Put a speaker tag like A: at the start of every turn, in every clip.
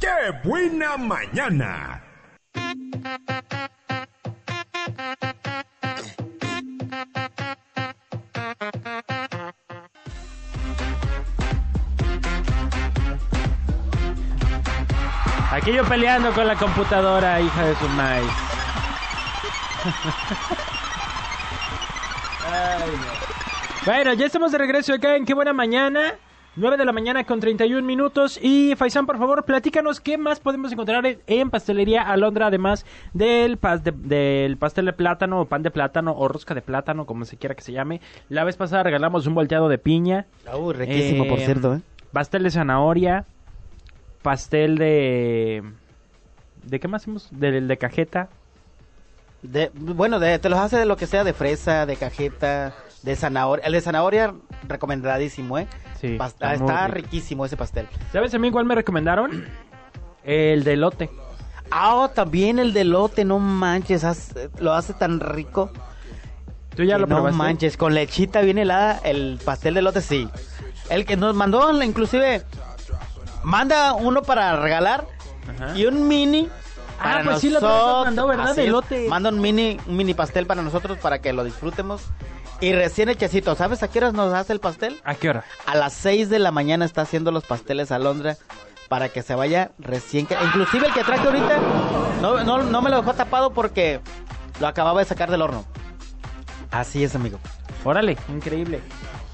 A: ¡Qué buena mañana!
B: Aquí yo peleando con la computadora, hija de su maíz. Bueno, ya estamos de regreso acá en Qué Buena Mañana. 9 de la mañana con 31 minutos. Y Faisán, por favor, platícanos qué más podemos encontrar en- en Pastelería Alondra, además del, pas- de- del pastel de plátano, o pan de plátano, o rosca de plátano, como se quiera que se llame. La vez pasada regalamos un volteado de piña,
C: Uh, riquísimo, por
B: Eh,
C: cierto, ¿eh?
B: pastel de zanahoria, pastel de... ¿De qué más hicimos? Del de cajeta.
C: De- bueno, de- te los hace de lo que sea, de fresa, de cajeta, de zanahoria. El de zanahoria, recomendadísimo, ¿eh?
B: Sí,
C: Pas-
B: está
C: ah,
B: muy
C: está
B: rico.
C: riquísimo ese pastel.
B: ¿Sabes a mí cuál me recomendaron? El de lote.
C: Ah, oh, también el de lote, no manches, hace- lo hace tan rico.
B: ¿Tú ya
C: que
B: lo
C: no
B: probaste?
C: manches, con lechita bien helada, el pastel de lote sí. El que nos mandó, la- inclusive, manda uno para regalar
B: Ajá.
C: y un mini.
B: Ah,
C: Para
B: pues sí, la otra vez nos
C: nosotros.
B: mandó, ¿verdad?
C: Así
B: De
C: es.
B: elote.
C: Manda un mini, un mini pastel para nosotros para que lo disfrutemos. Y recién hechecito, ¿sabes a qué horas nos hace el pastel?
B: ¿A qué hora?
C: A las 6 de la mañana está haciendo los pasteles a Londra para que se vaya recién. ca- Inclusive el que traje ahorita no, no, no me lo dejó tapado porque lo acababa de sacar del horno. Así es, amigo.
B: Órale, increíble.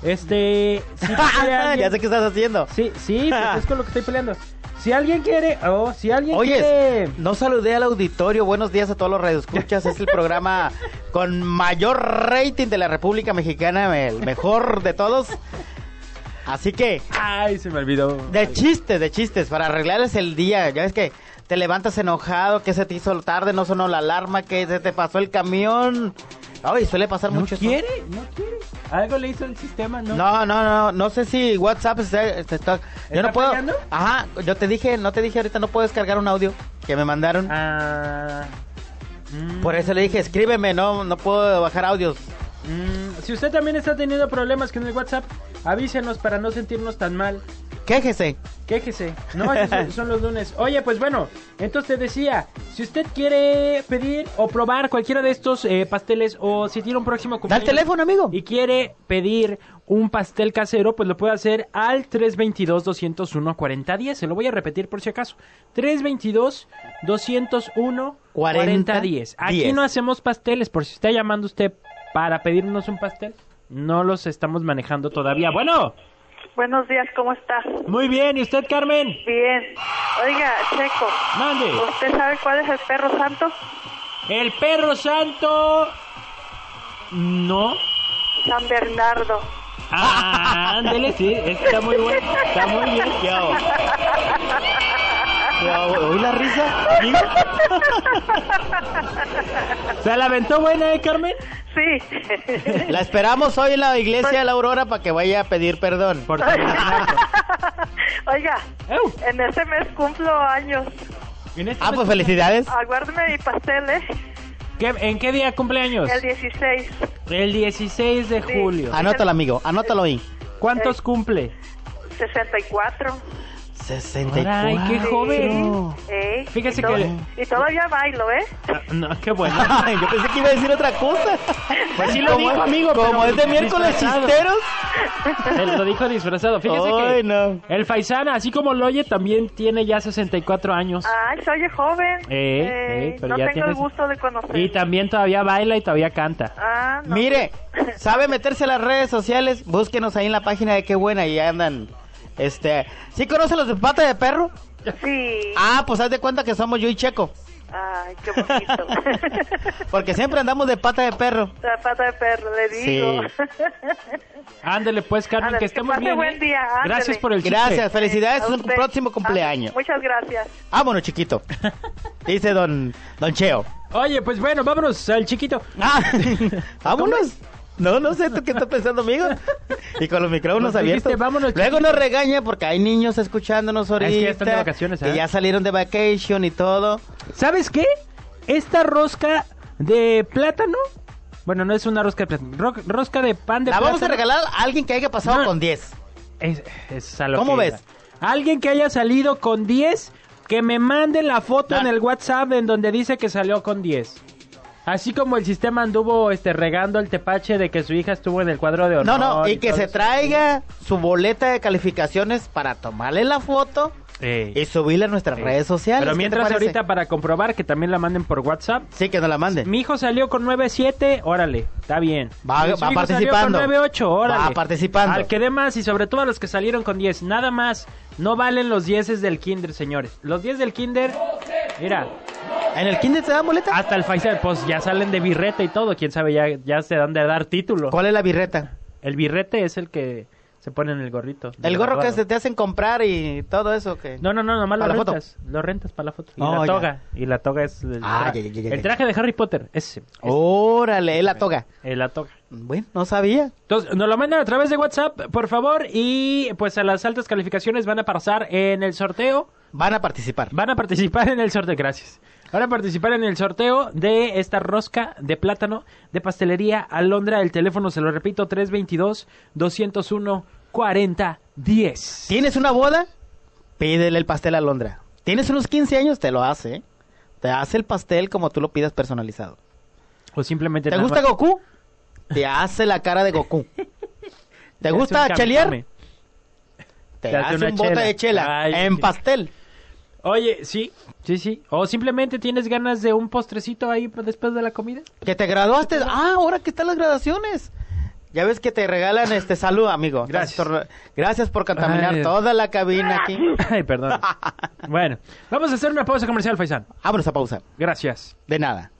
B: Este... si tú quieres alguien-
C: ya sé qué estás haciendo.
B: Sí, sí, pues es con lo que estoy peleando. Si alguien quiere... Oh, si alguien
C: Oye,
B: quiere...
C: no saludé al auditorio. Buenos días a todos los radioescuchas. Es el programa con mayor rating de la República Mexicana, el mejor de todos. Así que,
B: Ay, se me olvidó.
C: de chistes, de chistes, para arreglarles el día. Ya ves que te levantas enojado, que se te hizo tarde, no sonó la alarma, que se te pasó el camión. Ay, suele pasar
B: ¿No
C: mucho eso.
B: quiere? ¿No quiere? ¿Algo le hizo el sistema? No.
C: No, no, no, no sé si WhatsApp está, está- está- yo no puedo.
B: fallando?
C: Ajá, yo te dije, no te dije ahorita no puedo descargar un audio que me mandaron.
B: Ah, mm,
C: Por eso le dije, escríbeme, no, no puedo bajar audios.
B: mm, si usted también está teniendo problemas con el WhatsApp, avísenos para no sentirnos tan mal.
C: Quéjese.
B: Quéjese. No, esos son- son los lunes. Oye, pues bueno, entonces te decía, si usted quiere pedir o probar cualquiera de estos eh, pasteles o si tiene un próximo
C: Da
B: cumpleaños
C: el teléfono, amigo.
B: y quiere pedir un pastel casero, pues lo puede hacer al 322-201-4010. Se lo voy a repetir por si acaso. 322-201-4010. Aquí
C: 10.
B: no hacemos pasteles, por si está llamando usted para pedirnos un pastel. No los estamos manejando todavía. Bueno,
D: Buenos días, ¿cómo está?
B: muy bien. ¿Y usted, Carmen?
D: Bien. Oiga, Checo,
B: Mande.
D: ¿usted sabe cuál es el perro santo?
B: El perro santo. No.
D: San Bernardo.
B: Ah, ándele, sí. Está muy bueno. Está muy bien.
C: Uy, la risa.
B: Se la aventó buena, ¿eh, Carmen?
D: Sí.
C: La esperamos hoy en la iglesia de la Aurora para que vaya a pedir perdón.
B: Por San Bernardo.
D: Oiga,
B: ¡Ew!
D: en este mes cumplo años.
B: En este
C: Ah,
B: mes-
C: pues felicidades.
D: Aguárdeme mi pastel, ¿eh?
B: ¿Qué- ¿En qué día cumpleaños?
D: El 16.
B: El 16 de
D: Sí.
B: julio.
C: Anótalo, amigo. Anótalo ahí.
B: ¿Cuántos cumple?
D: 64.
B: Ay, qué
C: 64.
B: Ah, joven.
D: ¿Eh?
B: Fíjese
D: y to-
B: que-
D: Y todavía bailo, ¿eh?
B: Ah, No, qué bueno.
C: Ay, yo pensé que iba a decir otra cosa.
B: Pues sí lo
C: Como-
B: dijo, amigo,
C: Como
B: pero
C: es de miércoles
B: disfrazado.
C: chisteros.
B: Se lo dijo disfrazado. Fíjese
C: Ay,
B: que
C: no.
B: el Faisana, así como lo oye, también tiene ya 64 años.
D: Ay, soy joven.
B: Eh, Ah, eh, pero
D: no
B: ya
D: tengo el
B: tienes-
D: gusto de conocer.
B: Y también todavía baila y todavía canta.
D: Ah, no.
C: Mire, sabe meterse a las redes sociales, búsquenos ahí en la página de qué buena y andan. Este, ¿sí conocen los de pata de perro?
D: Sí.
C: Ah, pues haz de cuenta que somos yo y Checo,
B: Ah.
D: Ay, qué bonito.
C: porque siempre andamos de pata de perro.
D: La pata de perro, le digo.
B: Ándele pues, Carmen,
D: Ándale,
B: que
D: que
B: estemos
D: pase
B: bien.
D: buen
B: ¿eh?
D: día, ándale.
B: Gracias por el chiste.
C: Gracias, felicidades,
D: A
C: es un
D: usted.
C: próximo cumpleaños.
D: Ah, Muchas gracias.
C: Vámonos, chiquito. Dice don Don Cheo.
B: Oye, pues bueno, vámonos al chiquito.
C: Ah, vámonos. No, no sé tú qué estás pensando, amigo. Y con los micrófonos
B: Nos dijiste,
C: abiertos.
B: vámonos, chiquito.
C: Luego
B: Ah,
C: nos regaña porque hay niños escuchándonos
B: que
C: ahorita.
B: ya están de vacaciones, ¿ah?
C: Que ya salieron de vacation y todo.
B: ¿Sabes qué? Esta rosca de plátano. Bueno, no es una rosca de plátano. ro- rosca de pan de
C: La
B: plátano.
C: vamos a regalar a alguien que haya pasado
B: No.
C: con 10.
B: Es, es a lo
C: ¿Cómo
B: que
C: ves?
B: iba. Alguien que haya salido con 10, Que me manden la foto
C: Ah.
B: en el WhatsApp en donde dice que salió con 10. Así como el sistema anduvo este, regando el tepache de que su hija estuvo en el cuadro de
C: No,
B: honor.
C: no, y que
B: todo
C: se
B: eso.
C: traiga su boleta de calificaciones para tomarle la foto
B: Ey.
C: y subirla a nuestras
B: Sí.
C: redes sociales. ¿Qué
B: Pero
C: te
B: mientras
C: parece?
B: ahorita para comprobar que también la manden por WhatsApp.
C: Sí, que nos la manden.
B: Mi hijo salió con 9.7, órale, está bien.
C: Va-
B: Su
C: va
B: hijo salió
C: participando.
B: con 9.8, órale.
C: Va participando.
B: Al que dé más y sobre todo a los que salieron con 10, nada más. No valen los 10 del kinder, señores. Los 10 del kinder, mira,
C: ¿En el kinder te dan boleta?
B: hasta el Faisal, pues ya salen de birrete y todo. Quién sabe, ya, ya se dan de dar título.
C: ¿Cuál es la birreta?
B: El birrete es el que se pone en el gorrito.
C: El gorro que
B: graduado.
C: se te hacen comprar y todo eso que...
B: No, no, no, nomás lo
C: ¿Para la foto?
B: rentas. Lo rentas para la foto. Y
C: Oh,
B: la
C: ya.
B: toga. Y la toga es el,
C: Ah,
B: traje.
C: ya, ya, Oh. ya, ya.
B: el traje de Harry Potter. Ese. ese,
C: Órale, es la toga.
B: eh, la toga.
C: Bueno, no sabía.
B: Entonces, nos lo mandan a través de WhatsApp, por favor. Y pues a las altas calificaciones van a pasar en el sorteo.
C: Van a participar.
B: Van a participar en el sorteo. Gracias. Van a participar en el sorteo de esta rosca de plátano de pastelería Alondra. El teléfono, se lo repito, 322-201-4010.
C: ¿Tienes una boda? Pídele el pastel a Londra. ¿Tienes unos 15 años? Te lo hace. ¿eh? Te hace el pastel como tú lo pidas personalizado.
B: O simplemente...
C: ¿Te
B: nada
C: gusta
B: más-
C: Goku? Te hace la cara de Goku. ¿Te
B: hace
C: gusta
B: un
C: chelear?
B: kamikame.
C: Te,
B: Te hace
C: hace
B: una
C: un bote
B: chela.
C: de chela
B: Ay,
C: en
B: sí.
C: pastel.
B: Oye, sí, sí, sí. O simplemente tienes ganas de un postrecito ahí después de la comida.
C: Que te graduaste. Ah, ahora que están las graduaciones. Ya ves que te regalan este salud, amigo.
B: Gracias.
C: Tor- Gracias por contaminar
B: Ay.
C: toda la cabina aquí.
B: Ay, perdón. bueno, vamos a hacer una pausa comercial, Faisán.
C: Abro esa pausa.
B: Gracias.
C: De nada.